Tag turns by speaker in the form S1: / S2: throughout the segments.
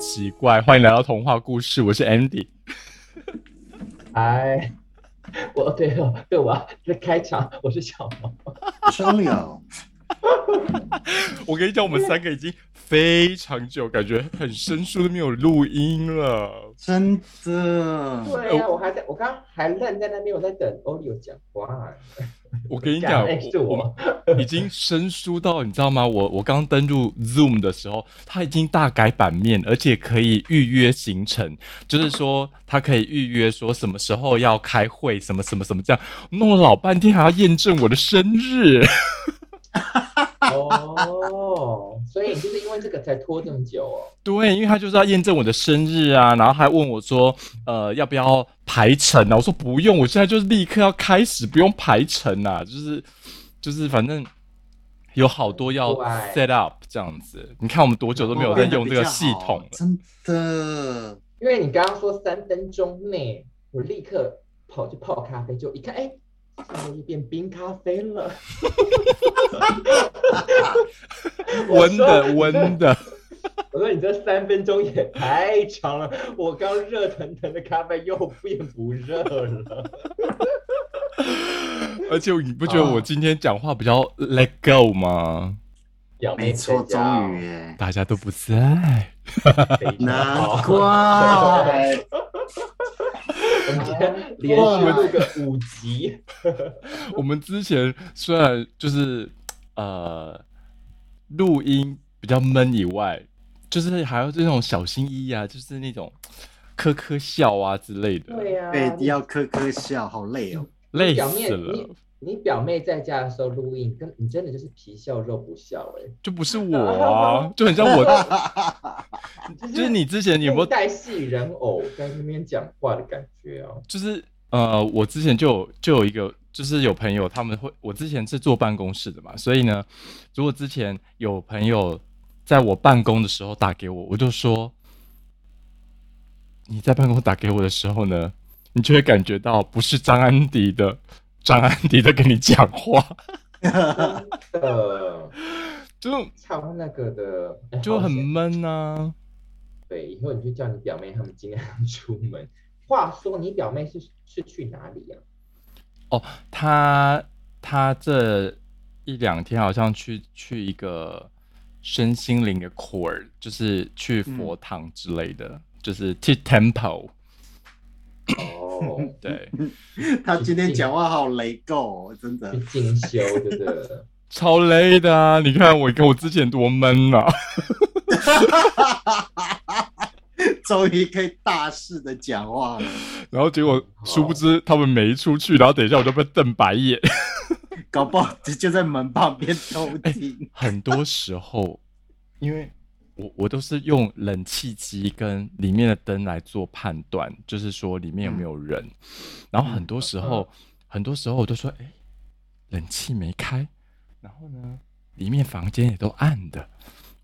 S1: 奇怪，欢迎来到童话故事，我是 Andy。
S2: 哎， 我对了，对我这开场我是小毛，
S3: 商量，
S1: 我跟你讲，我们三个已经非常久，感觉很生疏都没有录音了。
S3: 真的，
S1: 啊
S2: 对呀、哎我还在我刚刚还愣在那边，我在等欧丽有讲话，
S1: 我跟你
S2: 讲
S1: 讲，
S2: 哎是
S1: 我
S2: 我，
S1: 们已经生疏到你知道吗？我我刚登入 Zoom 的时候，它已经大改版面，而且可以预约行程，就是说它可以预约说什么时候要开会，什么什么什么这样，弄了老半天还要验证我的生日。
S2: 哦，所以你就是因为这个才拖这么久哦，
S1: 对，因为他就是要验证我的生日啊，然后还问我说，呃，要不要排程啊？我说不用，我现在就是立刻要开始，不用排程啊，就是就是反正有好多要
S2: 怪
S1: set up 这样子。你看我们多久都没有在用这个系统了？
S3: 真的，
S2: 因为你刚刚说三分钟内，我立刻跑去泡咖啡，就一看，哎，怎么变冰咖啡了？
S1: 温的
S2: 我说
S1: 温的，
S2: 我说你这三分钟也太长了，我刚热腾腾的咖啡又变不热了。
S1: 而且你不觉得我今天讲话比较 let go 吗？
S2: 表妹
S3: 没错，
S2: 在家
S3: 终于耶，
S1: 大家都不在，
S2: 非常
S3: 难
S2: 好
S1: 哎
S3: 怪，
S2: 我们今天连续录个五集，
S1: 我们之前虽然就是呃录音比较闷以外，就是还有这种小心翼翼啊，就是那种咳咳笑啊之类的，
S2: 对呀、
S3: 对，
S2: 你
S3: 要咯咯笑，好累哦。
S1: 累
S2: 表
S1: 死
S2: 面
S1: 了，
S2: 你表妹在家的时候录音，跟你真的就是皮笑肉不笑哎、
S1: 就不是我啊，就很像我，
S2: 欸，
S1: 就是你之前你有没有
S2: 带戏人偶在那边讲话的感觉哦。
S1: 就是呃，我之前就有就有一个，就是有朋友他们会，我之前是坐办公室的嘛，所以呢，如果之前有朋友在我办公的时候打给我，我就说你在办公打给我的时候呢，你就会感觉到不是张安迪的张安迪在跟你讲话，
S2: 呃，
S1: 就
S2: 超那个的，哎
S1: 就很
S2: 好险
S1: 闷啊。
S2: 对。以后你就叫你表妹他们尽量 出门。话说你表妹是是去哪里呀、
S1: 他他这一两天好像去去一个身心灵的 core，就是去佛堂之类的，就是去 temple。
S2: 哦，
S1: 对，
S3: 他今天讲话好雷够哦，真的
S2: 去。进修对不对？
S1: 超累的啊！你看我跟我之前多闷啊！
S3: 终于可以大肆啊的讲话了，
S1: 然后结果殊不知他们没出去，然后等一下我就被瞪白眼。
S3: 搞不好就在门旁边偷听。
S1: 很多时候，因为我我都是用冷气机跟里面的灯来做判断，就是说里面有没有人。然后很多时候，很多时候我都说，哎、冷气没开，然后呢，里面房间也都暗的，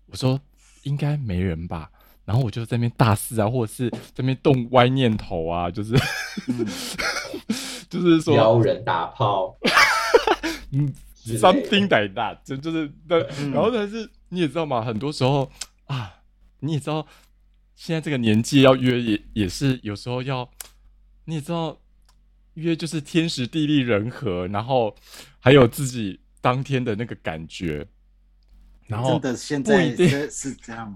S1: 我说应该没人吧。然后我就在那边大肆啊，或者是在那边动歪念头啊，就是
S3: 嗯
S1: 就是说
S2: 撩人打炮，
S1: 嗯
S2: 之类的
S1: ，something like that，就就是那，
S3: 嗯
S1: 然后但是你也知道嘛，很多时候啊，你也知道，现在这个年纪要约也也是有时候要，你也知道，约就是天时地利人和，然后还有自己当天的那个感觉，然后
S3: 真的现
S1: 不
S3: 在
S1: 一定
S3: 是是这样，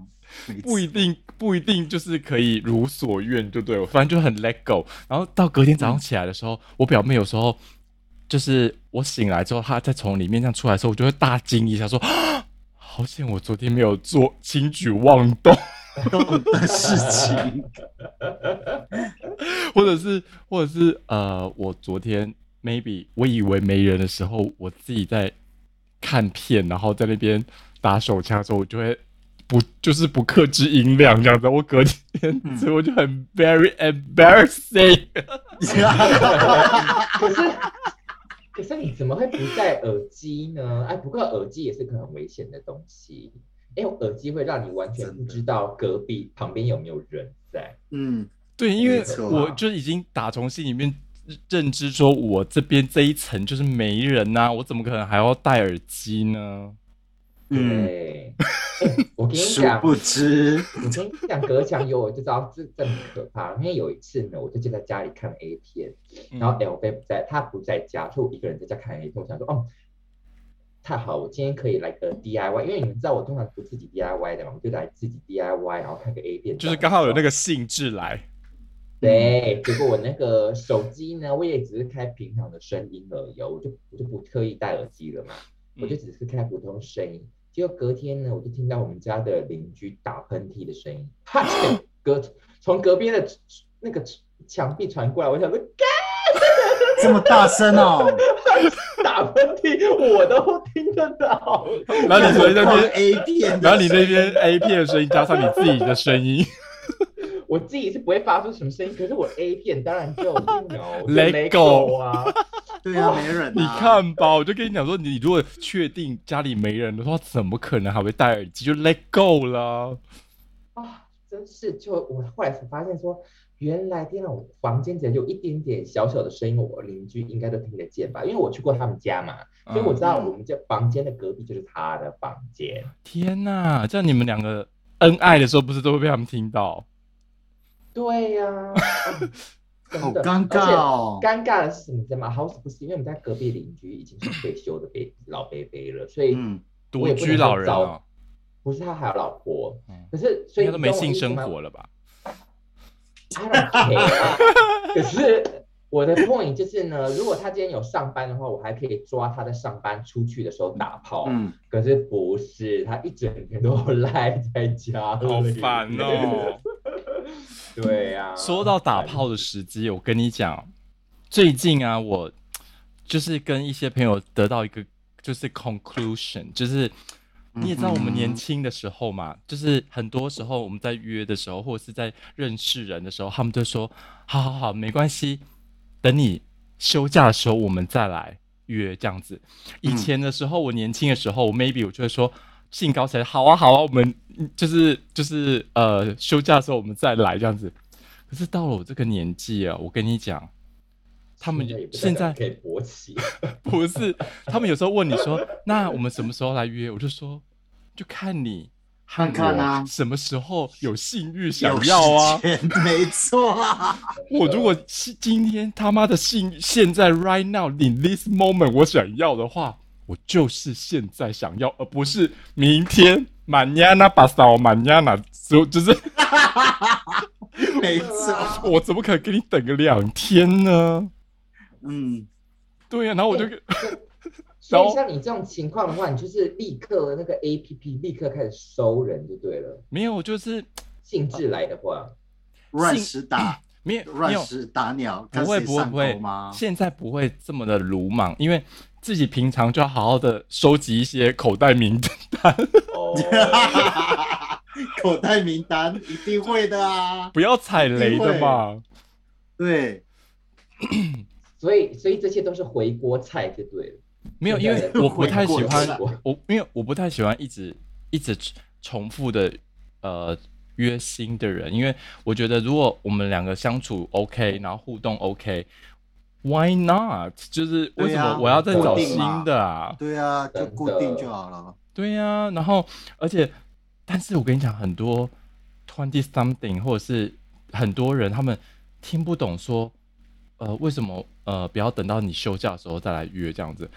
S3: 没
S1: 不一
S3: 错
S1: 定不一定就是可以如所愿，就对了，反正就很 let go。然后到隔天早上起来的时候，我表妹有时候就是我醒来之后，她再从里面这样出来的时候，我就会大惊一下说， 啊好险我昨天没有做轻举妄动，
S3: 动的事情。
S1: 或者是或者是呃，我昨天 maybe 我以为没人的时候，我自己在看片，然后在那边打手枪的时候，我就会。不就是不克制音量这样子，我隔天
S3: 嗯
S1: 所以我就很 very embarrassing。
S2: 可是你怎么会不戴耳机呢？哎，不过耳机也是个很危险的东西，因为耳机会让你完全不知道隔壁旁边有没有人在。
S3: 嗯，
S1: 对，因为
S3: 没错啊
S1: 我就已经打从心里面认知说，我这边这一层就是没人呐、我怎么可能还要戴耳机呢？
S3: 嗯，
S2: 对，哎我 跟你
S3: 殊
S2: 讲，
S3: 不知，
S2: 我跟你讲，隔墙有我就知道这真的很可怕。因为有一次呢，我就就在家里看 A 片，
S1: 嗯
S2: 然后 L V 不在，他不在家，所以我一个人在家看 A 片。我想说，哦，太好，我今天可以来个 DIY，因为你们知道我通常不自己 DIY 的嘛，我就来自己 DIY，然后看个 A 片。
S1: 就是刚好有那
S2: 个
S1: 个兴致来，
S2: 嗯对，结果我那个手机呢，我也只是开平常的声音而已哦，我就我就不特意戴耳机了嘛。我就只是开普通声音。结果隔天呢，我就听到我们家的邻居打喷嚏的声音，哈 欠，隔从隔壁的那个墙壁传过来。我想说，干
S3: 这么大声哦，
S2: 打喷嚏我都听得 到。
S1: 然 后你所以那
S3: 放
S1: 边，
S3: A 片的，
S1: 然后你那边 A 片的声音加上你自己的声音，
S2: 我自己是不会发出什么声音，可是我 A 片当然就 有
S1: Let
S2: 雷狗啊。
S3: 对啊，没人、啊，
S1: 你，看吧，我就跟你讲说，你如果确定家里没人的话，怎么可能还会戴耳机就 let go 啦？
S2: 啊，真是就我后来才发现说，原来天啊，我房间只要有一点点小小的声音，我邻居应该都听得见吧？因为我去过他们家嘛，所以我知道
S3: 嗯
S2: 我们家房间的隔壁就是他的房间。
S1: 天哪，这样你们两个恩爱的时候，不是都会被他们听到？
S2: 对呀、
S3: 哦
S2: 啊，真
S3: 好
S2: 的
S3: 尴尬。哦
S2: 而且，尴尬的是什么？你知道吗？好死不死，因为我们家隔壁邻居已经是退休的北老伯伯了，所以
S3: 嗯，
S2: 我
S1: 独
S2: 也不
S1: 居
S2: 能
S1: 老
S2: 说
S1: 人
S2: 找
S1: 哦，
S2: 不是他还有老婆，
S1: 嗯
S2: 可是所
S1: 应该
S2: 以你
S1: 都没
S2: 懂我
S1: 性
S2: 意思
S1: 生
S2: 吗
S3: 嗯
S1: 活了吧？
S2: I don't care 啊可是我的 point 就是呢，如果他今天有上班的话，我还可以抓他在上班出去的时候打炮。
S3: 嗯，
S2: 可是不是，他一整天都赖在家里，
S1: 好烦哦。
S2: 对啊呀、
S1: 说到打炮的时机，我跟你讲，最近啊，我就是跟一些朋友得到一个就是 conclusion，就是
S3: 嗯哼
S1: 你也知道我们年轻的时候嘛，就是很多时候我们在约的时候，或者是在认识人的时候，他们就说好好好，没关系，等你休假的时候我们再来约这样子。以
S3: 嗯
S1: 前的时候，我年轻的时候，我 maybe 我就会说。兴高采烈，好啊好啊，我们嗯就是就是呃休假的时候我们再来这样子。可是到了我这个年纪啊，我跟你讲，他们
S2: 也不代
S1: 现
S2: 表
S1: 在
S2: 可以 勃起，
S1: 不是，他们有时候问你说， 那我们什么时候来约？我就说，就看你和
S3: 看看啊
S1: 我什么时候有性欲
S3: 有
S1: 想要啊
S3: 时。间，没错啊，
S1: 我如果是今天他妈的性现在 right now in this moment 我想要的话，我就是现在想要，而不是明天。满亚那巴萨，满亚那，就就是
S3: 没错，
S1: 我怎么可能给你等个两天呢？
S3: 嗯，
S1: 对啊呀、然后我就
S2: 所以像你这种情况的话，你就是立刻那个 A P P 立刻开始收人就对了。
S1: 没有，就是
S2: 兴致来的 话，
S3: 乱石打，
S1: 没有没
S3: 乱
S1: 有，
S3: 石打鸟，
S1: 不会不会不会
S3: 吗？
S1: 现在不会这么的鲁莽，因为自己平常就要好好的收集一些口袋名单。
S2: 哦，
S3: 口袋名单一定会的啊，
S1: 不要踩雷的嘛。
S3: 对，
S2: 所以所以这些都是回锅菜就对了。
S1: 没有，因为
S2: 对
S1: 我不太喜
S3: 回过
S1: 欢
S3: 去
S1: 我，因为我不太喜欢一直一直重复的呃约新的人，因为我觉得如果我们两个相处 OK，然后互动 OK，Why not？就是为
S3: 对
S1: 什么
S3: 啊
S1: 我要再找
S2: 固
S1: 新
S2: 定
S3: 嘛
S1: 的啊？
S3: 对啊，就
S2: 真的
S3: 固定就好了。
S1: 对呀、然后而且，但是我跟你讲，很多 twenty something 或者是很多人，他们听不懂说，呃，为什么呃不要等到你休假的时候再来约这样子？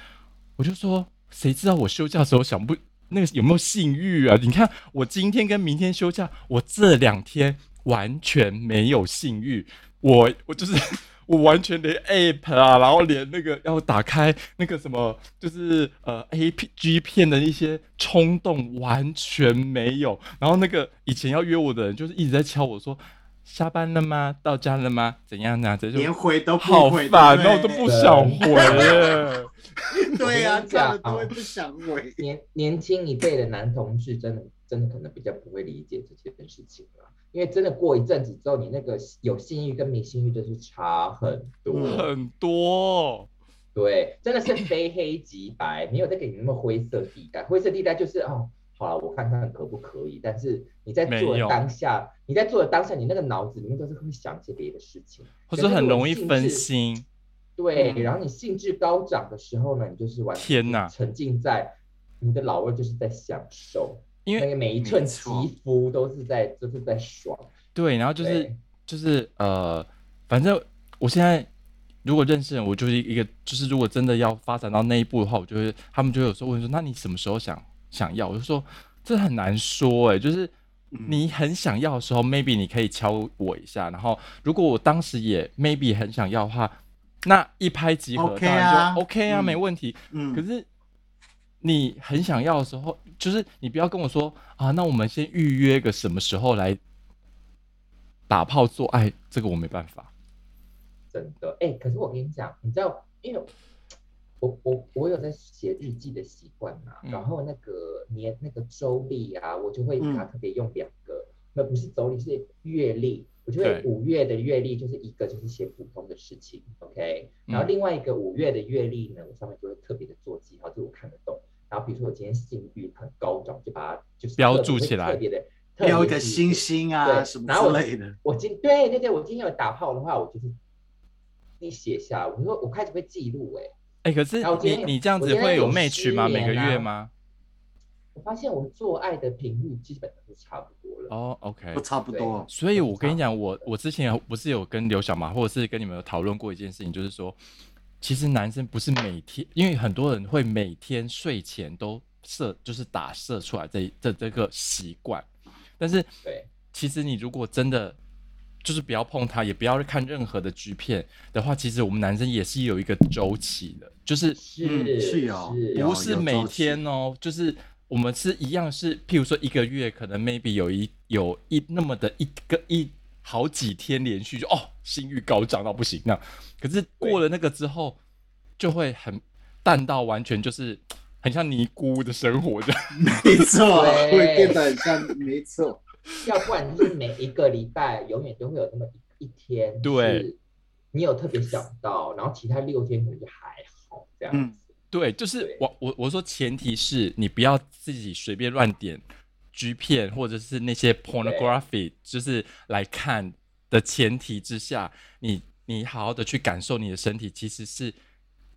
S1: 我就说，谁知道我休假的时候想不那个有没有性欲啊？你看我今天跟明天休假，我这两天完全没有性欲，我我就是我完全连 app 啊，然后连那个要打开那个什么，就是呃 A P G 片的一些冲动完全没有。然后那个以前要约我的人，就是一直在敲我说。下班了吗？到家了吗？怎样呢、啊？这就
S3: 连回都
S1: 好
S3: 不回，
S1: 烦
S3: 对
S1: 哦，我都不想回耶。
S3: 对
S2: 我
S3: 对啊，
S2: 跟你
S3: 看
S2: 讲
S3: 了都会不想回。
S2: 年年轻一辈的男同志真的真的可能比较不会理解这件事情了，因为真的过一阵子之后，你那个有性欲跟没性欲真是差很多，
S3: 嗯
S1: 很多。
S2: 对，真的是非黑即白，没有再给你那么灰色地带，灰色地带就是哦。好了，我看看可不可以。但是你在做
S1: 没有
S2: 的当下，你在做的当下，你那个脑子里面都是会想一些别的事情，
S1: 或者很容易分
S2: 心。
S1: 心。
S2: 对，
S3: 嗯
S2: 然后你兴致高涨的时候呢，你就是完全
S1: 天哪
S2: 沉浸在你的老味就是在享受，
S1: 因
S2: 那
S1: 为
S2: 个每一寸
S4: 没
S2: 肌
S4: 错
S2: 肤都是在都是在爽。
S1: 对，然后就是
S2: 对
S1: 就是呃，反正我现在如果认识人，我就是一个就是如果真的要发展到那一步的话，我就会他们就会有时候问说，那你什么时候想想要？我就说这很难说哎、就是
S3: 嗯
S1: 你很想要的时候，maybe 你可以敲我一下，然后如果我当时也 maybe 很想要的话，那一拍即合
S3: OK
S1: 当然
S3: 啊
S1: 就 OK 啊，
S3: 嗯
S1: 没问题。
S3: 嗯，
S1: 可是你很想要的时候，就是你不要跟我说啊，那我们先预约个什么时候来打炮做爱，这个我没办法。
S2: 真的，哎、可是我跟你讲，你知道，因为我我我有在写日记的习惯嘛，
S1: 嗯
S2: 然后那个年那个周历啊，我就会
S3: 嗯
S2: 拿特别用两个，那、不是周历是月历，我就会
S1: 对
S2: 五月的月历就是一个就是写普通的事情，OK，然
S1: 嗯
S2: 后另外一个五月的月历呢，我上面就会特别的做记号，就是我看得懂。然后比如说我今天性欲很高涨，就把它就是
S1: 标
S2: 特别
S1: 注
S2: 会
S1: 起来
S2: 特别的
S3: 标一个星。星啊
S2: 对
S3: 什
S2: 然后
S3: 么
S2: 我
S3: 之类的，
S2: 我今对对对，我今天有打炮的话，我就是你写下来，我说我开始会记录哎、
S1: 哎、可是
S2: 然后我今
S1: 你
S2: 天
S1: 你这样
S2: 我
S1: 子
S2: 今天
S1: 会有
S2: 有
S1: match 吗？
S2: 失
S1: 每个
S2: 眠啊
S1: 月吗？
S2: 我发现我做爱的频率基本上是差不多了。
S1: 哦、o k
S3: 都差不多。
S1: 所以，我跟你
S2: 差
S1: 讲，我我之前有不是有跟刘小马，或者是跟你们有讨论过一件事情，就是说，其实男生不是每天，因为很多人会每天睡前都射，就是打射出来这这这个习惯，但是
S2: 对，
S1: 其实你如果真的就是不要碰它，也不要看任何的 G 片的话，其实我们男生也是有一个周期的，就是
S2: 是、啊
S3: 嗯是
S2: 是
S3: 哦有
S1: 不是每天哦，就是我们是一样是，譬如说一个月可能 maybe 有一有一那么的一个一好几天连续就哦性欲高涨到不行那样，可是过了那个之后就会很淡到完全就是很像尼姑的生活这样。
S3: 没错，啊
S2: 对
S3: 会变得很像，没错。
S2: 要不然就是每一个礼拜永远都会有那么一一天，
S1: 对，
S2: 你有特别想到，然后其他六天可能就还好这样子。
S1: 对，就是
S2: 对
S1: 我我我说前提是你不要自己随便乱点 G 片或者是那些 pornography，就是来看的前提之下，你你好好的去感受你的身体，其实是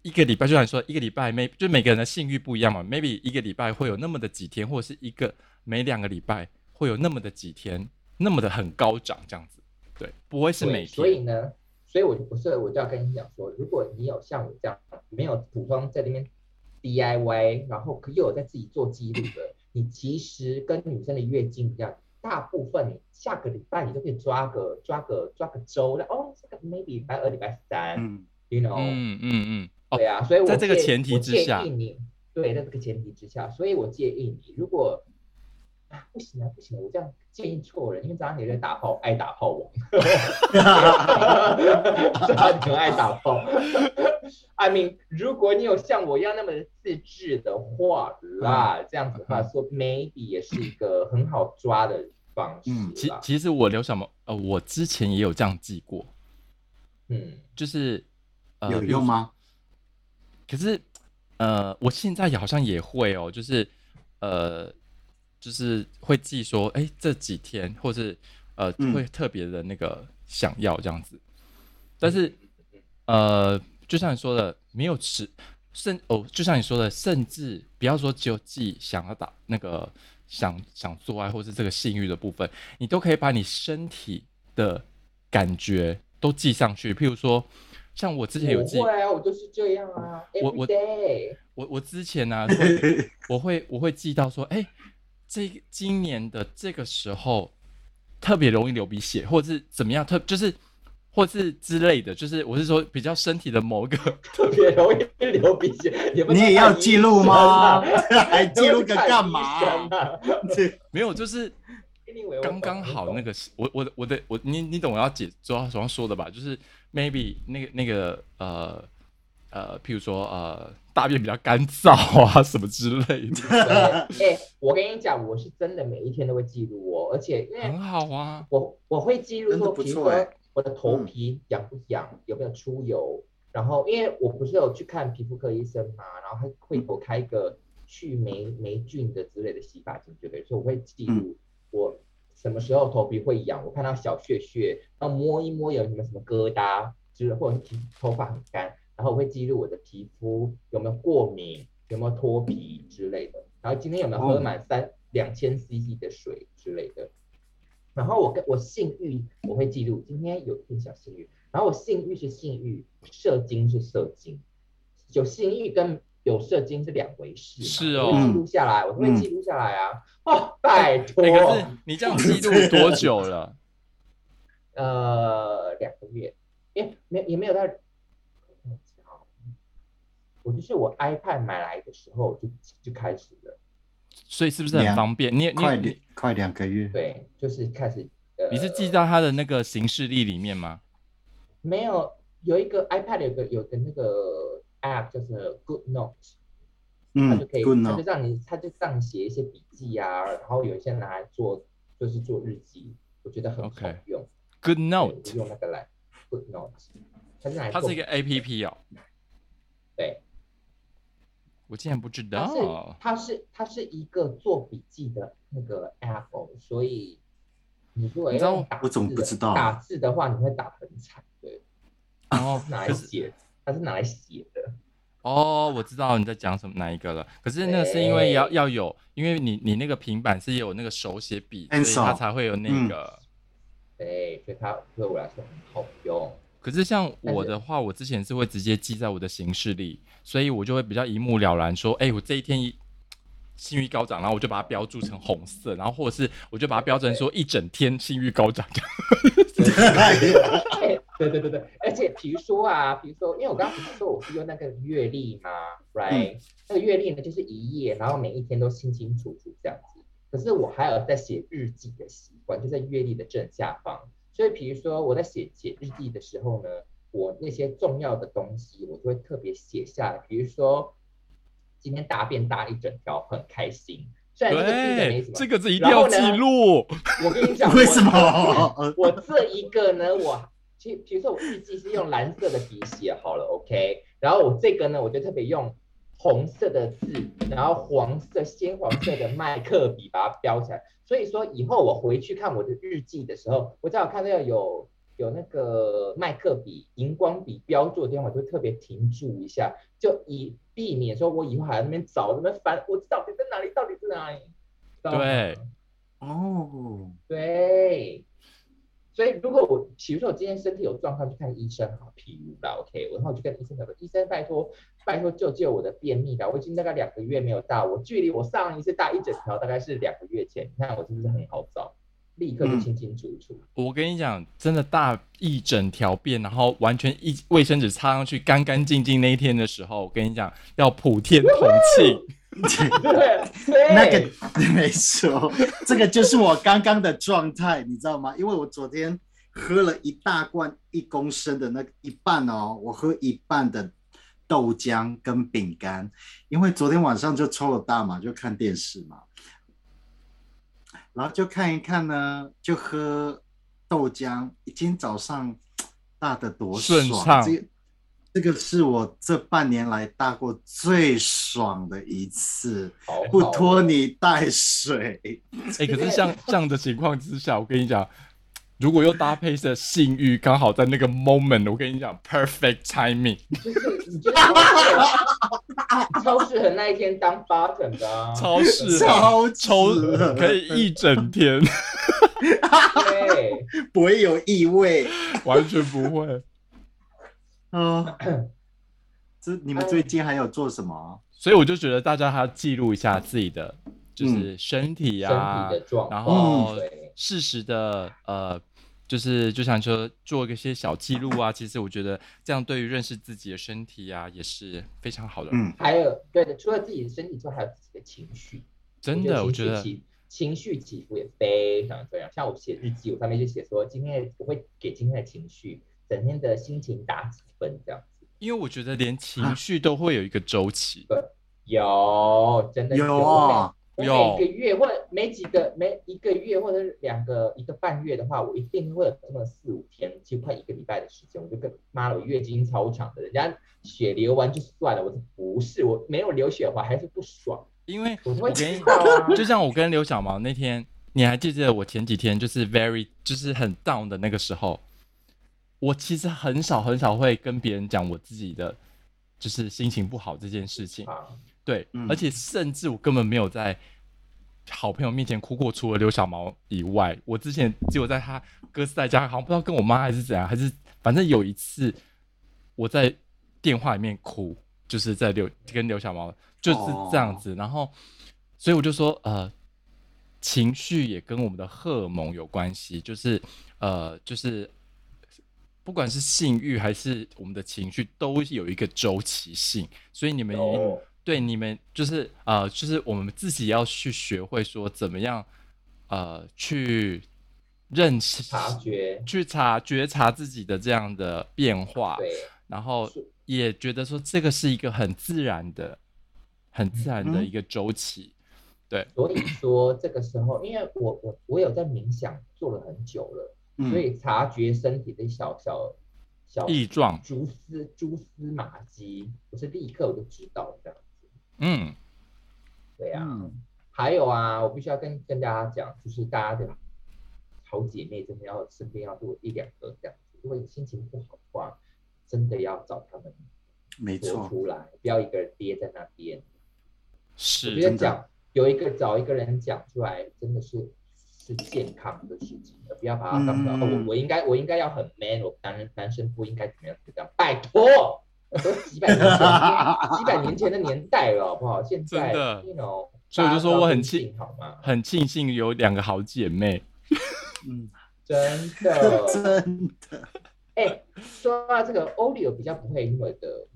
S1: 一个礼拜，就像你说一个礼拜，maybe 就每个人的性欲不一样嘛，maybe 一个礼拜会有那么的几天，或者是一个每两个礼拜会有那么的几天，那么的很高涨这样子，对，不会是
S2: 对
S1: 每天，
S2: 所以呢，所以我就所以我就要跟你讲说，如果你有像我这样没有普通在那边 DIY，然后可又有在自己做记录的，你其实跟女生的月经一样，大部分你下个礼拜你就可以抓个抓个抓个周，那哦，这个 maybe 礼拜二、礼拜三、
S3: 嗯，
S2: y o u know，、
S1: 嗯嗯嗯，哦
S2: 对，啊，所以我
S1: 在这个
S2: 建
S1: 前提
S2: 我
S1: 之
S2: 建
S1: 下
S2: 议你对，在这个前提之下，所以我建议你，如果啊不行啊不行，我这样建议错人，因为张你在打炮，爱打炮王， 张你很爱打炮。I mean，如果你有像我一样那么的自制的话啦，
S1: 嗯
S2: 这样子的话说，maybe 也是一个很好抓的方式
S3: 嗯
S1: 其
S2: 啦。
S1: 其实我刘小毛，呃，我之前也有这样记过，
S2: 嗯，
S1: 就是呃
S3: 有用？吗？
S1: 比如说可是呃，我现在也好像也会哦，就是呃，就是会记说，哎、这几天或是呃，
S3: 嗯
S1: 会特别的那个想要这样子，但是呃，就像你说的，没有持甚哦，就像你说的，甚至不要说只有记想要打那个想想做爱或是这个性欲的部分，你都可以把你身体的感觉都记上去。譬如说，像我之前有
S2: 我
S1: 记，
S2: 会啊，我就是这样啊
S1: 我我
S2: ，every day。
S1: 我我之前呢、 会我会我会记到说，哎、这今年的这个时候特别容易流鼻血，或者是怎么样，特就是或是之类的，就是我是说比较身体的某一个
S2: 特别容易流鼻血，也不
S3: 你
S2: 能
S3: 也要
S2: 看医
S3: 记录 吗
S2: 生啊？
S3: 还记录个干嘛？这
S1: 没有，就是刚刚好那
S2: 个
S1: 个是，我我的我的我，你你懂我要解主要主要说的吧？就是 maybe 那个那个呃呃，譬如说呃，大便比较干燥啊什么之类的，。
S2: 对哎，我跟你讲，我是真的每一天都会记录我，而且因
S1: 很
S2: 为
S1: 好啊。
S2: 我我会记录
S3: 真的
S2: 说，
S3: 不
S2: 比如
S3: 错
S2: 说
S3: 哎
S2: 我的头皮痒不痒，有没有出油，然后因为我不是有去看皮肤科医生嘛，然后他会给我开一个去霉霉菌的之类的洗发精，对不对？所以我会记
S3: 嗯
S2: 录我。什么时候头皮会痒？我看到小屑屑，然后摸一摸有什么什么疙瘩，就是或者是皮头发很干，然后我会记录我的皮肤有没有过敏，有没有脱皮之类的。然后今天有没有喝
S1: 哦
S2: 满三两千 CC 的水之类的。然后我跟我性欲我会记录，今天有一点小性欲，然后我性欲是性欲，射精是射精，有性欲跟有射精是两回事嘛，
S1: 是
S2: 我会
S3: 哦
S2: 记录下来，我会
S3: 嗯
S2: 记录下来啊，哦，拜托，
S1: 哎、可是你这样记录多久了？
S2: 呃，两个月，也没也没有到，我我就是我 iPad 买来的时候就就开始了，
S1: 所以是不是很
S3: 两
S1: 方便？你也你
S3: 快
S1: 你
S3: 两快两个月，
S2: 对，就是开始，呃，
S1: 你是记到他的那个行事历里面吗？
S2: 没有有一个 iPad 有个有个那个 App 叫做 Good Note，它
S3: 嗯
S2: 就可以，
S3: ，good
S2: 它就
S3: 呢，
S2: 让你，它就让你写一些笔记啊，然后有一些拿来做，就是做日记，我觉得很好
S1: OK
S2: 用。
S1: Good
S2: 对我
S1: Note，
S2: 就用那个来 Good Note，它是拿来
S1: 它
S2: 做
S1: 是一个 A P P 哦，
S2: 对，
S1: 我竟然不知
S2: 它是
S1: 道。
S2: 它是它是一个做笔记的那个 app，哦所以你如果
S1: 你知道
S2: 要用打
S3: 我怎么
S2: 字
S3: 不
S2: 的
S3: 知道啊
S2: 打字的话，你会打得很惨。对，
S1: 哦，
S2: 拿来
S1: 可是
S2: 写，它是拿来写的。
S1: 哦，我知道你在讲什么哪一个了。可是那个是因为要要有，因为你你那个平板是有那个手写笔，所
S3: Pencil 嗯
S1: 以它才会有那个。
S2: 对，所以它对我来说很好用。
S1: 可是像我的话，我之前是会直接记在我的行事历，所以我就会比较一目了然，说，哎、我这一天一性欲高涨，然后我就把它标注成红色，然后或者是我就把它标成说一整天性欲高涨。
S2: 哎，对对对对，而且比如说啊，比如说，因为我刚刚不是说我是用那个月历嘛，right？、那
S3: 嗯
S2: 个月历呢，就是一页，然后每一天都清清楚楚这样子。可是我还有在写日记的习惯，就在月历的正下方。所以，比如说我在写写日记的时候呢，我那些重要的东西，我就会特别写下来。比如说，今天大便大一整条，很开心。虽然这个听起来没
S1: 对，
S2: 什么，
S1: 这个是一定要记录。
S2: 我跟你讲，
S3: 为
S2: 我
S3: 什么？
S2: 我这一个呢，我其实比如说我日记是用蓝色的笔写好了，OK，然后我这个呢，我就特别用红色的字，然后黄色鲜黄色的麦克笔把它标起来。所以说以后我回去看我的日记的时候，我只要看到有有那个麦克笔、荧光笔标注的地方，我就特别停住一下，就以避免说我以后还在那边找、在那边翻，我到底在哪里？到底在哪里？知道吗
S1: 对
S3: 哦，
S2: 对，所以如果我比如说我今天身体有状况去看医生，好，譬如啦，OK，然后我就跟医生讲说，医生拜托拜托救救我的便秘吧，我已经大概两个月没有大，我距离我上一次大一整条大概是两个月前，你看我是不是很好找，立刻就
S3: 嗯
S2: 清清楚楚，
S1: 我跟你讲，真的大一整条便，然后完全一卫生纸擦上去干干净净那一天的时候，我跟你讲，要普天同 庆。
S2: 对，
S3: 嗯那个 没错，这个就是我刚刚的状态，你知道吗？因为我昨天喝了一大罐一公升的那个一半哦，我喝一半的豆浆跟饼干，因为昨天晚上就抽了大麻，就看电视嘛，然后就看一看呢，就喝豆浆。今天早上大的多
S1: 顺
S3: 爽
S1: 畅
S3: 这这个是我这半年来大过最爽的一次。
S2: 好
S3: 不
S2: 好
S3: 拖泥带水，
S1: 哎、可是 像这样的情况之下，我跟你讲，如果又搭配着性欲，刚好在那个 moment，我跟你讲，perfect timing，
S2: 就是你就是超适合超适合那一天当 button 的、啊，
S1: 超适合。
S3: 超
S1: 抽
S3: 值了
S1: 可以一整天，
S2: 对。
S3: 不会有异味
S1: 完全不会。
S3: 啊。这你们最近还有做什么？
S1: 所以我就觉得大家还要记录一下自己的，就是身体
S2: 嗯身
S1: 啊，
S2: 体的状
S1: 然
S2: 况，
S1: 后
S2: 对
S1: 适时的呃，就是就像说做一些小记录啊，其实我觉得这样对于认识自己的身体啊也是非常好的。
S3: 嗯，
S2: 还有对的，除了自己的身体之外，还有自己的情绪。
S1: 真的，我觉
S2: 情绪
S1: 得
S2: 起情绪起伏也非常重要。像我写日记，我上面就写说，今天的我会给今天的情绪，整天的心情打几分这样子。
S1: 因为我觉得连情绪都会有一个周期，
S2: 有，真的
S3: 有
S2: 我
S3: 啊，
S2: 每
S1: 有
S2: 我每个月或者每几个每一个月或者是两个一个半月的话，我一定会有这么四五天，就快一个礼拜的时间，我就跟妈的，我月经超长的，人家血流完就算了，我这不是，我没有流血我还是不爽。
S1: 因为
S2: 我
S1: 我
S2: 会
S1: 跟你
S2: 知道啊，
S1: 就像我跟刘小毛那天，你还记得我前几天就是 very 就是很 down 的那个时候，我其实很少很少会跟别人讲我自己的就是心情不好这件事情，
S2: 啊，
S1: 对，
S3: 嗯
S1: 而且甚至我根本没有在好朋友面前哭过，除了刘小毛以外，我之前只有在他哥斯达黎加，好像不知道跟我妈还是怎样，还是反正有一次我在电话里面哭，就是在刘跟刘小毛就是这样子，然后所以我就说呃。情绪也跟我们的荷尔蒙有关系，就是，呃，就是不管是性欲还是我们的情绪，都有一个周期性，所以你们也
S2: 哦
S1: 对你们就是呃，就是我们自己要去学会说怎么样呃去认识、
S2: 察觉，
S1: 去察觉察自己的这样的变
S3: 啊
S1: 化，
S2: 对，
S1: 然后
S2: 是
S1: 也觉得说这个是一个很自然的、很自然的
S3: 嗯
S1: 一个周期。
S2: 所以说这个时候，因为我我我有在冥想做了很久了，所
S3: 嗯，
S2: 以察觉身体的小小小
S1: 异状，
S2: 蛛丝蛛丝马迹，我是立刻我就知道这样子，
S1: 嗯，
S2: 对啊。
S3: 嗯
S2: 还有啊，我必须要跟跟大家讲，就是大家的好姐妹真的要身边要多一两个这样子，如果你心情不好的话，真的要找他们
S3: 没
S2: 说
S3: 错，
S2: 出来，不要一个人憋在那边。我觉
S1: 是，
S2: 得
S3: 真的
S2: 讲有一个找一个人讲出来，真的是是健康的事情，而不要把它当成、
S3: 嗯
S2: 哦、我我应该我应该要很 man，我男人男生不应该怎么样怎么样，拜托，都几百年前几百年前的年代了，好不好？现在
S1: 真的
S2: you know，
S1: 所以我就说我很
S2: 气
S1: 庆，
S2: 好吗？
S1: 很庆幸有两个好姐妹，
S3: 嗯，
S2: 真的，
S3: 真的，
S2: 哎、说到这个，欧里有比较不会那么的，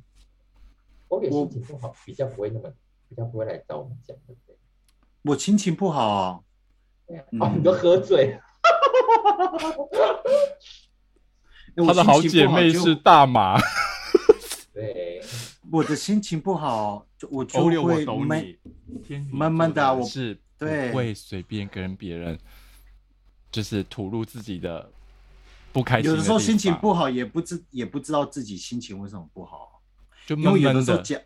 S2: 欧里
S3: 我
S2: 心情不好，比较不会那么，比较不会来找我们讲，对不对？
S3: 我心情不好哦，
S2: 对啊，
S3: 嗯
S2: 哦，你都喝醉了。
S3: 哎
S1: 她的好姐妹是，大马，
S2: 对，
S3: 我心情不好就我的心情不好，就我就
S1: 欧六，我
S3: 会
S1: 懂
S3: 闷，
S1: 你。天秤
S3: 慢慢的啊
S1: 座人
S3: 我
S1: 是不
S3: 对
S1: 会随便跟别人，就是吐露自己的不开心
S3: 有
S1: 的
S3: 的时候
S1: 地
S3: 心情
S1: 方，
S3: 不好也不知也不知道自己心情为什么不好，
S1: 就
S3: 因
S1: 闷
S3: 为有
S1: 闷
S3: 的时候
S1: 的，
S3: 讲，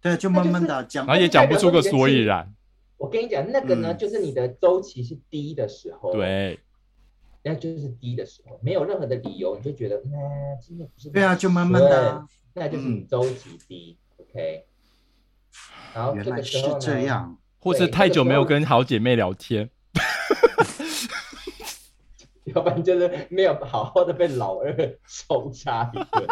S3: 对，啊就闷闷的讲
S1: 然，后也讲不出个所以然。
S2: 我跟你讲，那个呢，
S3: 嗯
S2: 就是你的周期是低的时候，，
S1: 对，
S2: 那就是低的时候，没有任何的理由，你就觉得，那、今天不是
S3: 对啊，就闷闷的啊，
S2: 对，那就是你周期低、o k 然后
S3: 原
S2: 这
S3: 来
S2: 个时
S3: 是
S2: 候呢，
S3: 这样，
S1: 或者
S2: 对
S1: 太
S2: 那个
S1: 久没
S2: 时
S1: 有
S2: 候
S1: 跟好姐妹聊天，
S2: 要不然就是没有好好的被老二抽插一 顿。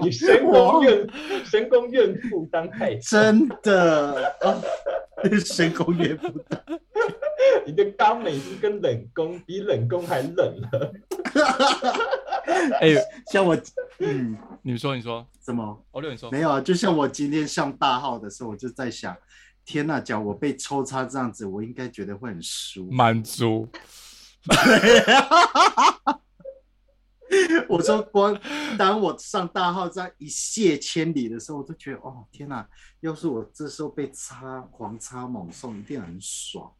S2: 你神功怨神功怨妇当太子，
S3: 真的啊，神功也不大，
S2: 你的肛门已经跟冷宫比冷宫还冷啊了。
S1: 哎，
S3: 像我，嗯，
S1: 你说你说，
S3: 怎么？
S1: 欧六你说，
S3: 没有啊，就像我今天上大号的时候，我就在想，天呐，假如我被抽插这样子，我应该觉得会很舒服。
S1: 满足，
S3: 我说光当我上大号这样一泻千里的时候，我就觉得哦，天呐，要是我这时候被插狂插猛送，一定很爽。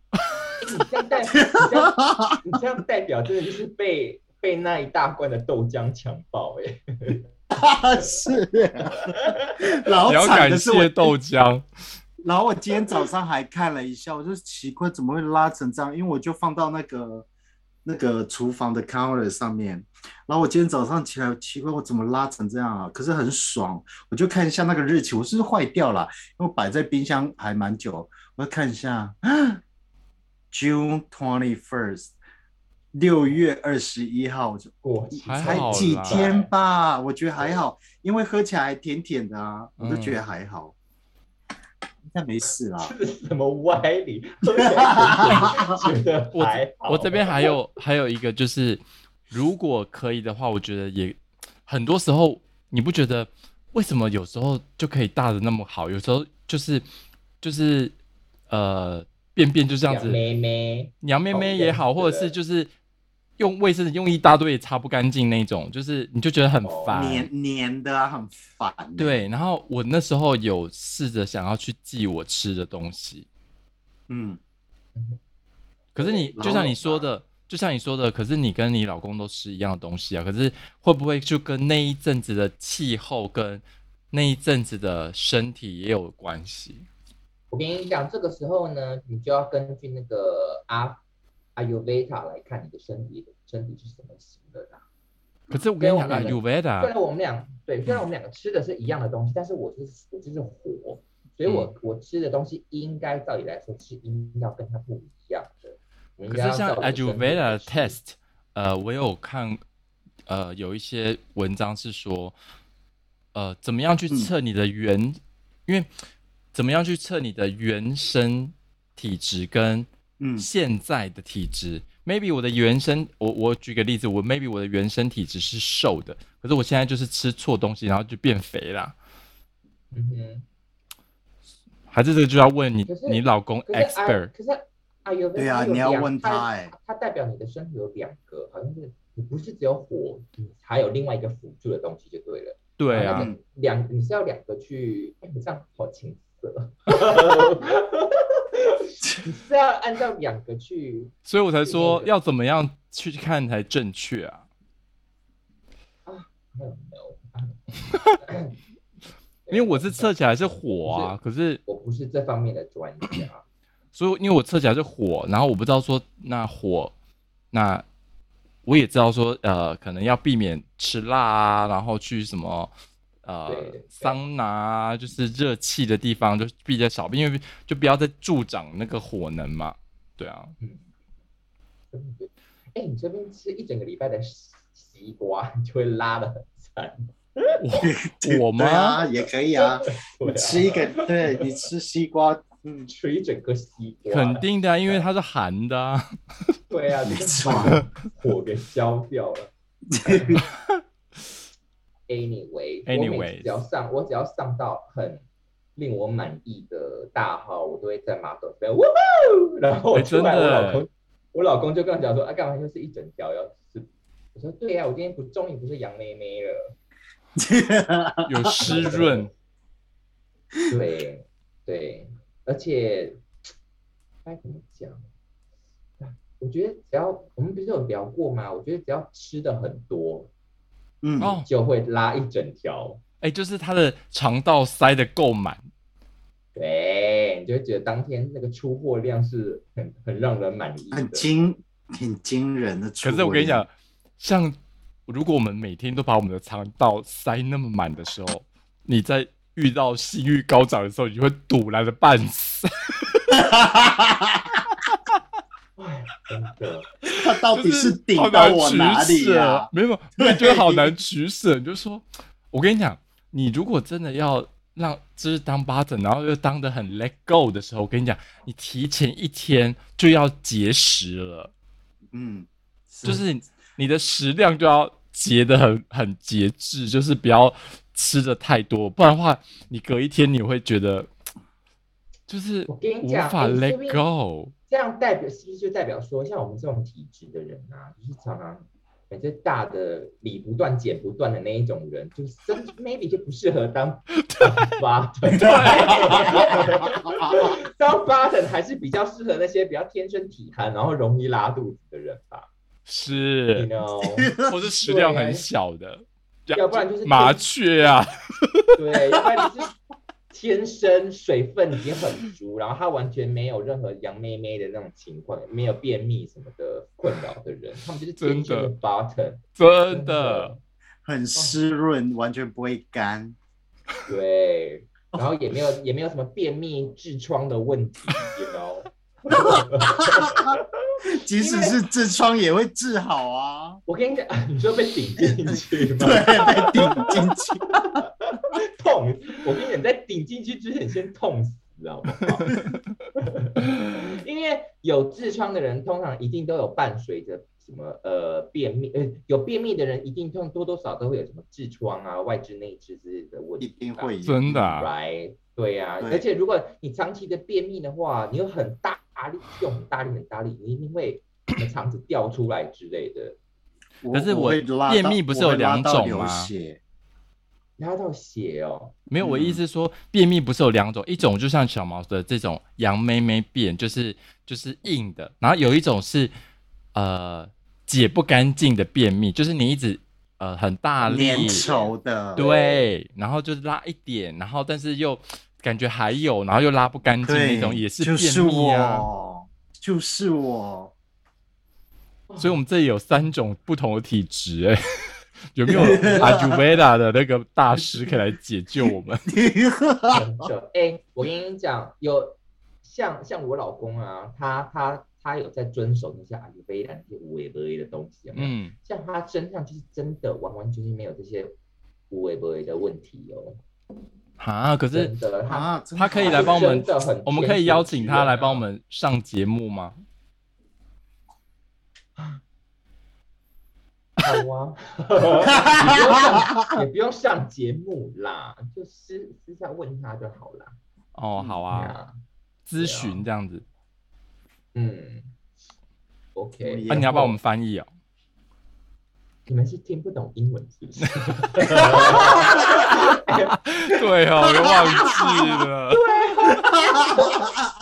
S2: 你这样代，你这样你这样代表真的就是被被那一大罐的豆浆强暴哎、
S3: 是、啊，然后
S1: 你要
S3: 惨
S1: 感
S3: 的是我
S1: 谢豆浆，
S3: 然后我今天早上还看了一下， 我就奇怪怎么会拉成这样，因为我就放到那个那个厨房的 counter 上面。然后我今天早上起来，奇怪我怎么拉成这样啊？可是很爽，我就看一下那个日期，我是不是坏掉了？因为我摆在冰箱还蛮久，我要看一下 ，June twenty first，六月二十一号，我就
S2: 过期
S1: 还
S3: 才
S1: 好
S3: 几
S1: 啦
S3: 天吧，我觉得还好，因为喝起来还甜甜的啊，我都
S1: 嗯
S3: 觉得还好，应该没事啦。
S2: 这是什么歪理？喝起来甜甜的觉得
S1: 我
S2: 还
S1: 这
S2: 好
S1: 我这边还有还有一个就是，如果可以的话，我觉得也很多时候你不觉得为什么有时候就可以大的那么好，有时候就是就是呃便便就这样
S2: 养
S1: 子，
S2: 妹妹，
S1: 娘妹妹也好，
S2: 哦对
S1: 或者是就是用卫生纸用一大堆也擦不干净那种，就是你就觉得很
S2: 哦
S1: 烦。
S3: 黏黏的啊，很烦欸、
S1: 对，然后我那时候有试着想要去记我吃的东西，
S3: 嗯，
S1: 可是你
S3: 对
S1: 就
S3: 然
S1: 像
S3: 后
S1: 你说的，就像你说的，可是你跟你老公都吃一样的东西啊，可是会不会就跟那一阵子的气候跟那一阵子的身体也有关系？
S2: 我跟你讲，这个时候呢，你就要根据那个阿阿尤维塔来看你的身体身体是什么型的啦。
S1: 可是我跟你
S2: 对我
S1: 讲啊
S2: 们
S1: ，Uveda，
S2: 虽然我们俩
S1: 嗯
S2: 对，虽然我们两个吃的是一样的东西，但是我就是我就是火，所以我、
S1: 嗯
S2: 我吃的东西应该照理来说是应要跟它不一样的。我应
S1: 可
S2: 该
S1: 是
S2: 要
S1: 像
S2: 照我的身体
S1: Ayurveda
S2: 去吃
S1: test，呃，我有看，呃，有一些文章是说，呃，怎么样去
S3: 嗯
S1: 测你的原，因为怎么样去测你的原生体质跟
S3: 嗯
S1: 现在的体质、m a y b e 我的原生，我我举个例子，我 maybe 我的原生体质是瘦的，可是我现在就是吃错东西，然后就变肥啦。
S2: 嗯哼，
S1: 还是这个就要问你
S2: 可是
S1: 你老公
S2: 可是
S1: expert，
S2: 啊，可是啊，有的
S3: 对啊
S2: 有
S3: 你要
S2: 两
S3: 问
S2: 它
S3: 他哎
S2: 它代表你的身体有两个，好像是你不是只有火，你还有另外一个辅助的东西就对了。
S1: 对
S2: 然
S1: 啊
S2: 后，
S3: 嗯
S2: 那个两你是要两个去，哎你这样好情色。 你是要按照两个去
S1: 所以我才说要怎么样去看才正确啊。
S2: I don't know，
S1: 因为我是测起来是火啊，可是
S2: 我不是这方面的专家，
S1: 所以因为我测起来是火，然后我不知道说那火，那我也知道说呃，可能要避免吃辣啊，然后去什么呃
S2: 对对
S1: 桑拿啊，就是热气的地方就比较少，因为就不要再助长那个火能嘛。对啊，
S2: 真的。哎，你这边吃一整个礼拜的西西瓜，你就会拉的很惨。
S1: 我吗
S3: 对啊，也可以啊，
S2: 对啊
S3: 吃一个，对你吃西瓜， 嗯，
S2: 吃一整个西瓜，
S1: 肯定的啊、因为它是寒的、啊。
S2: 对啊，
S3: 没
S2: 就是
S3: 错
S2: 把火给消 掉了。Anyway，我每
S1: Anyways
S2: 次只要上，我只要上到很令我满意的大号，我都会在马桶边哇哦，然后
S1: 哎
S2: 出来，
S1: 真
S2: 我
S1: 的
S2: 老公，我老公就跟我讲说，啊，干嘛又是一整条要吃？我说对呀、啊我今天不终于不是羊妹妹了。
S1: 有湿润，
S2: 对对，而且该怎么讲？啊我觉得只要我们不是有聊过吗？我觉得只要吃的很多，
S3: 嗯，
S1: 哦
S2: 就会拉一整条。
S1: 哎、就是它的肠道塞得够满，
S2: 对，你就会觉得当天那个出货量是很很让人满意的。
S3: 很惊，挺惊人的。啊
S1: 可是我跟你讲，，像如果我们每天都把我们的肠道塞那么满的时候，你在遇到性欲高涨的时候，你就会堵来的半死。
S2: 哎，真的，
S3: 他 到底
S1: 就是
S3: 顶
S1: 好
S3: 到
S1: 难
S3: 我
S1: 取
S3: 哪里啊
S1: 舍
S3: 呀、
S1: 没有，你觉得好难取舍。你就说，我跟你讲，你如果真的要让就是当 button，然后又当的很 let go 的时候，我跟你讲，你提前一天就要节食了，
S3: 嗯，
S1: 就是 你你的食量就要节的很很节制，就是不要吃的太多，不然的话，你隔一天你会觉得就是
S2: 我跟你
S1: 无
S2: 讲
S1: 法
S2: 哎
S1: let
S2: 这边
S1: go。
S2: 这样代表是不是就代表说，像我们这种体质的人啊，就是常常每次大的理不断、剪不断的那一种人，就是真 maybe 就不适合当当八等。当八等还是比较适合那些比较天生体寒，然后容易拉肚子的人吧，you
S1: 是，
S2: know，
S1: 或是食量
S2: 对
S1: 很小的，
S2: 要不然就是
S1: 麻
S2: 天
S1: 雀啊。
S2: 对，要不然你是天生水分已经很足，然后他完全没有任何羊妹妹的那种情况，没有便秘什么的困扰的人，他们就是天生的
S1: 真
S2: button，
S1: 真的，
S3: 很湿润，完全不会干。
S2: 对，然后也没有也没有什么便秘、痔疮的问题，you know，
S3: 即使是痔疮也会治好啊，
S2: 我跟你讲，你说被顶进去吗？
S3: 对，被顶进去。
S2: 痛，我跟你讲，在顶进去之前先痛死，好不好？ 因为有痔疮的人，通常一定都有伴随着什么呃便秘，呃有便秘的人一定通多多少少都会有什么痔疮啊、外痔、内痔之类的问题
S3: 一
S2: 吧，
S3: 定会有
S1: 真的、啊，
S2: ，right？对呀、啊，
S3: 对
S2: 而且如果你长期的便秘的话，你有很大力用很大力很大力，你一定会你的肠子掉出来之类的，
S1: 可是我
S3: 会拉到
S1: 便秘不是有两种吗
S3: 我会拉到流血
S2: 拉到血哦，
S1: 没
S3: 嗯
S1: 有，我意思是说，便秘不是有两种，一种就像小毛的这种羊妹妹便，就是就是硬的，然后有一种是呃解不干净的便秘，就是你一直呃很大力，
S3: 粘稠的，
S1: 对，然后就是拉一点，然后但是又感觉还有，然后又拉不干净
S3: 对，
S1: 那种，也是
S3: 就是
S1: 便秘啊。
S3: 我，就是我，
S1: 所以我们这里有三种不同的体质、哎，有没有阿朱维达的那个大师可以来解救我们？
S2: 很久。哎、我跟你讲，有像像我老公啊，他他他有在遵守那些阿育吠陀那些无为不为的东西有没有
S1: 嗯，
S2: 像他身上就是真的完完全全没有这些无为不为的问题哦，
S1: 啊，可是
S2: 真的他。
S3: 啊，真
S1: 他
S3: 的
S1: 可以
S3: 好
S1: 来帮我 们
S2: 真的很啊
S1: 我们可以邀请他来帮我们上节目吗？
S2: 好啊， 你不用上也不用上节目啦，就私私下问他就好啦。
S1: 哦，好
S2: 对
S1: 啊，
S2: 啊，
S1: 咨询这样子。
S2: 嗯，OK，
S3: 我也
S1: 啊，你要帮我们翻译哦。
S2: 你们是听不懂英文是不是？
S1: 对哦，我又忘 记了。
S2: 啊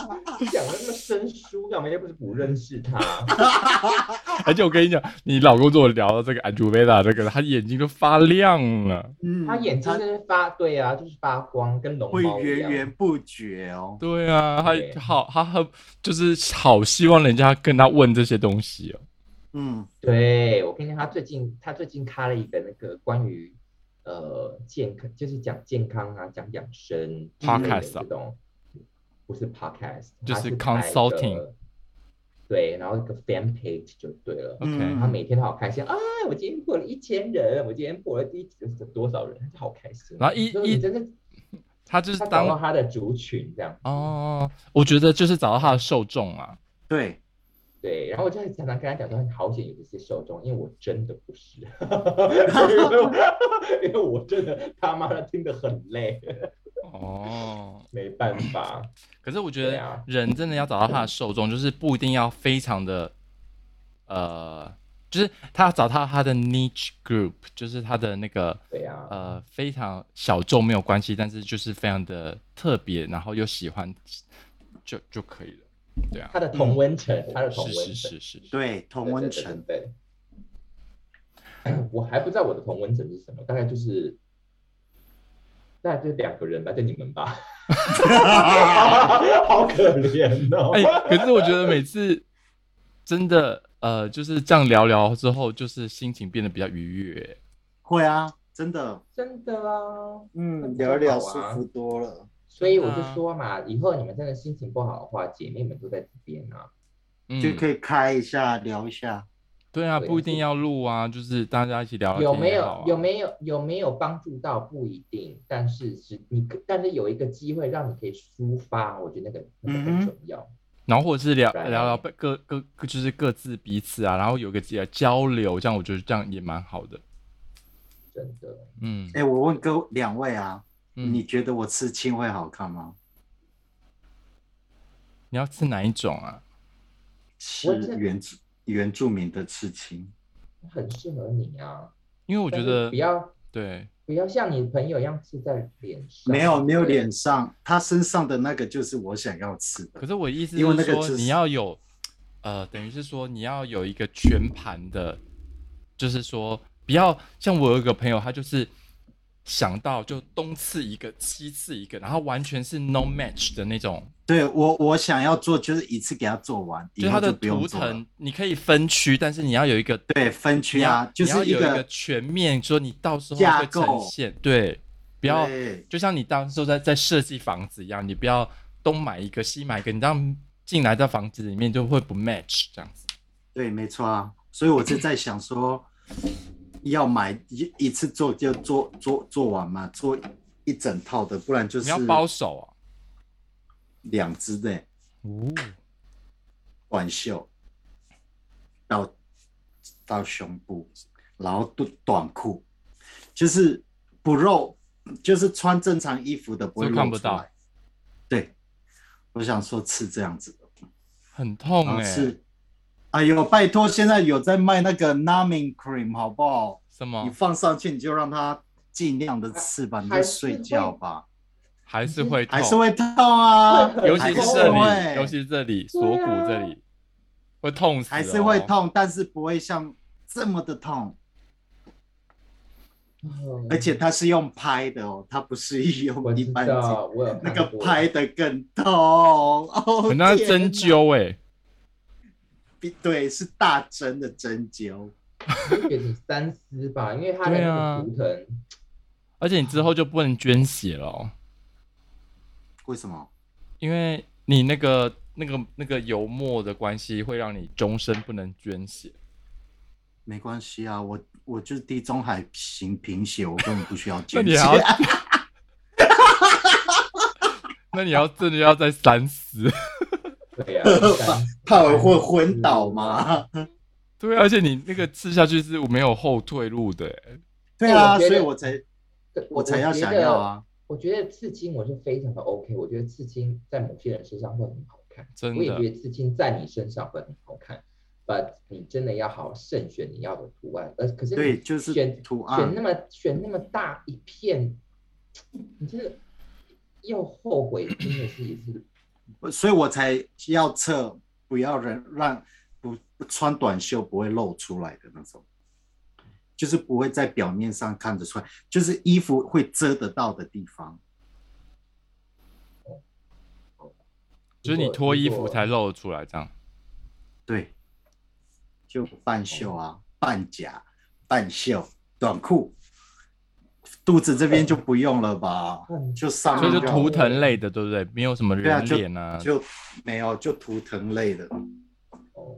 S2: 讲的那么生疏，干嘛又不是不认识他？
S1: 嗯而且我跟你讲，你老公跟我聊到这个 Angela 这个，他眼睛都发亮了。
S3: 嗯
S2: 他眼睛
S3: 他
S2: 就是发，对啊，就是发光，跟龙
S3: 会
S2: 猫一
S3: 源
S2: 样。
S3: 源不绝哦。
S1: 对啊，他
S2: 对
S1: 好，他很就是好希望人家跟他问这些东西哦。
S3: 嗯，
S2: 对，我跟你讲，他最近他最近开了一本那个关于呃健康，就是讲健康啊，讲养生之类的
S1: Podcast 啊
S2: 这种，不是 podcast，
S1: 就
S2: 他
S1: 是
S2: 是开一个
S1: consulting。
S2: 对，然后一个 fan page 就对了。
S1: OK
S2: 他
S3: 嗯
S2: 每天都好开心啊！我今天破了一千人，我今天破了第一多少人，他就好开心。
S1: 然后一
S2: 就是你
S1: 一
S2: 真的
S1: 他就是
S2: 他找到
S1: 当
S2: 他的族群这样子，
S1: 哦，我觉得就是找到他的受众啊。
S3: 对，
S2: 对，然后我就很常常跟他讲说，好险有这些受众，因为我真的 不是，因为我因为我真的他妈的听得很累，
S1: 哦，
S2: 没办法，
S1: 可是我觉
S2: 对
S1: 得
S2: 啊
S1: 人真的要找到他的受众，就是不一定要非常的，呃，就是他要找到他的 niche group，就是他的那个
S2: 对啊，
S1: 呃非常小众没有关系，但是就是非常的特别，然后又喜欢就就可以了。对啊，
S2: 他的同温层，他的同
S1: 是
S2: 温
S1: 是
S2: 层，
S1: 是是，是
S3: 对，同温
S2: 对
S3: 层，
S2: 对 对对我还不知道我的同温层是什么，大概就是。大概就两个人吧，就你们吧， 好可怜哦。
S1: 哎、可是我觉得每次真的呃就是这样聊聊之后，就是心情变得比较愉悦。
S3: 会啊，真的，
S2: 真的啊，
S3: 嗯，
S2: 那
S3: 聊一
S2: 比较
S3: 聊
S2: 好
S3: 舒
S2: 啊
S3: 服多了。
S2: 所以我
S1: 真
S2: 就
S1: 的啊
S2: 说嘛，以后你们真的心情不好的话，姐妹们都在这边啊。
S1: 嗯，
S3: 就可以开一下聊一下。
S1: 对啊，
S2: 对
S1: 不一定要录啊，就是大家一起聊聊
S2: 有
S1: 天
S2: 没
S1: 也
S2: 有、
S1: 好啊
S2: 有没有有没有帮助到不一定，但是是你可，但是有一个机会让你可以抒发，我觉得那个那个
S3: 嗯哼
S2: 很重要。
S1: 然后或者是聊
S2: 对啊
S1: 聊聊各各各就是各自彼此啊，然后有个交交流，这样我觉得这样也蛮好的。
S2: 真的，
S1: 嗯，
S3: 哎、我问各两位啊，
S1: 嗯
S3: 你觉得我刺青会好看吗？
S1: 你要吃哪一种啊？
S3: 是原住原住民的刺青，
S2: 很适合你啊。
S1: 因为我
S2: 我
S1: 觉得
S2: 不要
S1: 对，
S2: 不要像你朋友一样刺在脸上，
S3: 没有没有
S2: 对
S3: 脸上，他身上的那个就是我想要刺的
S1: 可。是我的意思
S3: 因为
S1: 是
S3: 那个
S1: 说，
S3: 就是
S1: 你要有，呃，等于是说你要有一个全盘的，就是说不要像我有一个朋友，他就是想到就东刺一个，西刺一个，然后完全是 no match 的那种，
S3: 对我我想要做就是一次给他做完，以
S1: 是他
S3: 后
S1: 的
S3: 就不用
S1: 图
S3: 做了。
S1: 腾你可以分区，但是你要有一个
S3: 对，分区
S1: 你要
S3: 啊，就
S1: 你要
S3: 是
S1: 有
S3: 个
S1: 个全面，说你到时候
S3: 架
S1: 会呈
S3: 构
S1: 现，对，不
S3: 不
S1: 要就像你当时候在在设计房子一样，你不要东买一个西买一个，你这样进来到房子里面就会不 match 这样子。
S3: 对，没错啊。所以我就在想说，要买一一次做就做做做完嘛，做一整套的，不然就
S1: 你
S3: 是
S1: 要包手啊？
S3: 两只的
S1: 哦，
S3: 短袖到到胸部，然后短短裤，就是不露，就是穿正常衣服的不会
S1: 就
S3: 露
S1: 看不
S3: 出来
S1: 到。
S3: 对，我想说刺这样子的。
S1: 很痛
S3: 啊
S1: 哎、
S3: 是，哎呦，拜托，现在有在卖那个 numbing cream，好不好？
S1: 什
S3: 你
S1: 么？
S3: 放上去，你就让它尽量的刺吧，你
S2: 还
S3: 就是睡觉吧，
S1: 还是会痛，
S3: 还是会痛啊，
S1: 尤其是这
S3: 还是
S1: 里，
S3: 会
S1: 尤其是这里锁骨这里、会痛死、哦，
S3: 还是会。痛，但是不会像这么的痛，
S2: 嗯
S3: 而且它是用拍的哦，它不是
S2: 我
S3: 用一
S2: 知
S3: 般剪
S2: 道，我有
S3: 那
S2: 看
S3: 个
S2: 过
S3: 拍的更痛哦，
S1: 可能要
S3: 天
S1: 针
S3: 哪，
S1: 灸哎、
S3: 比对，是大针的针灸，
S2: 我就觉得你三思吧，因为它的
S1: 对
S2: 那
S1: 啊
S2: 个图腾，
S1: 而且你之后就不能捐血了哦、
S3: 为什么？
S1: 因为你那个那个那个油墨的关系，会让你终身不能捐血。
S3: 没关系啊，我我就是地中海型贫血，我根本不需要啊捐
S1: 那你
S3: 血。
S1: 还要 那你要真的要再三思。
S2: 对呀、啊，三思
S3: 怕我会昏倒吗？
S1: 对啊，而且你那个吃下去是没有后退路的欸、
S3: 对啊，
S2: 对我觉得
S3: 所以我才 我才要想要啊。
S2: 我觉得刺青我是非常的 OK，我觉得刺青在某些人身上会很好看，
S1: 真
S2: 我也
S1: 的
S2: 觉得刺青在你身上会很好看。But 你真的要好好慎选你要的图案，而可是你
S3: 对就是
S2: 选
S3: 图案
S2: 选那么选那么大一片，你真的又后悔，真的是也是
S3: 所以我才要测，不要人让不不穿短袖不会露出来的那种，就是不会在表面上看得出来，就是衣服会遮得到的地方。
S1: 就是你
S2: 如果
S1: 脱衣
S2: 如
S1: 服
S2: 果
S1: 才露得出来这样。
S3: 对，就半袖啊，半甲、半袖、短裤，肚子这边就不用了吧，
S2: 嗯
S3: 就上
S1: 所以
S3: 面
S1: 就
S3: 好
S1: 图腾类的，对不对？没有什么
S3: 啊对啊
S1: 人
S3: 就
S1: 脸啊。
S3: 就没有就图腾类的。
S2: 哦，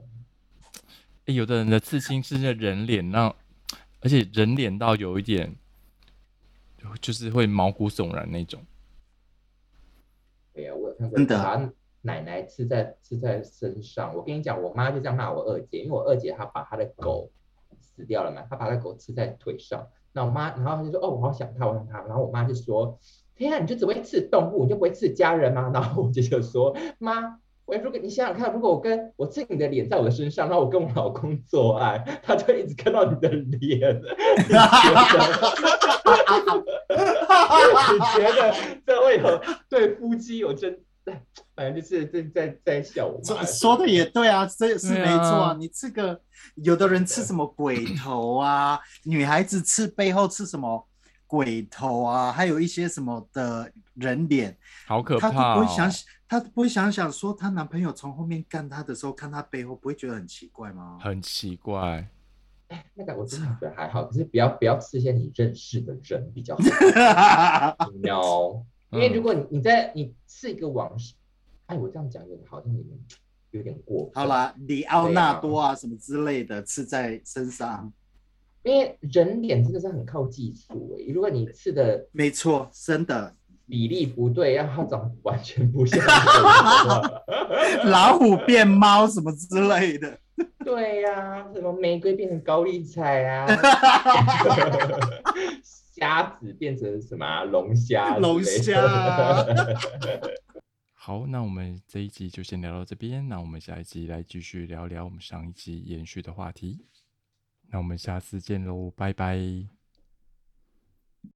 S1: 欸有的人的刺青是那人脸，那而且人脸到有一点，就是会毛骨悚然那种。
S2: 对呀、我有看过
S3: 真的啊
S2: 把奶奶刺在刺在身上。我跟你讲，我妈就这样骂我二姐，因为我二姐她把她的狗死掉了嘛，她把她的狗刺在腿上。那我妈，然后她就说：“哦，我好想她，我想她。”然后我妈就说：“天啊，你就只会刺动物，你就不会刺家人吗？”然后我姐就说：“妈。”我如果你想想看，如果我跟我刺你的脸在我的身上，然后我跟我老公做爱，他就一直看到你的脸， 你觉得你觉得这会有对夫妻有真？反正就是在在在笑我
S3: 说
S2: 妈。
S3: 说的也对啊，这是
S1: 对
S3: 没
S1: 啊
S3: 错啊。你这个有的人吃什么鬼头 啊，女孩子吃背后吃什么鬼头啊，还有一些什么的人脸，
S1: 好可
S3: 她都
S1: 怕、
S3: 不
S1: 哦
S3: 会！想，她不会想想说她男朋友从后面干她的时候，看她背后不会觉得很奇怪吗？
S1: 很奇怪，
S2: 那个我真的觉得还好，可是不要不要吃一些你认识的人比较好，no。因
S1: 嗯
S2: 为如果你你在你是一个网上，哎，我这样讲有点好像有点有点过分。
S3: 好，啦，里奥纳多啊什么之类的刺在身上，
S2: 因为人脸真的是很靠技术欸诶、如果你吃的
S3: 没错，真的
S2: 比例不对，让它长得完全不像人。
S3: 老虎变猫什么之类的。
S2: 对呀、什么玫瑰变成高丽菜啊， 虾子变成什么啊龙虾之类的，
S3: 龙虾啊
S1: 好，那我们这一集就先聊到这边，那我们下一集来继续聊聊我们上一集延续的话题。那我们下次见喽，拜拜。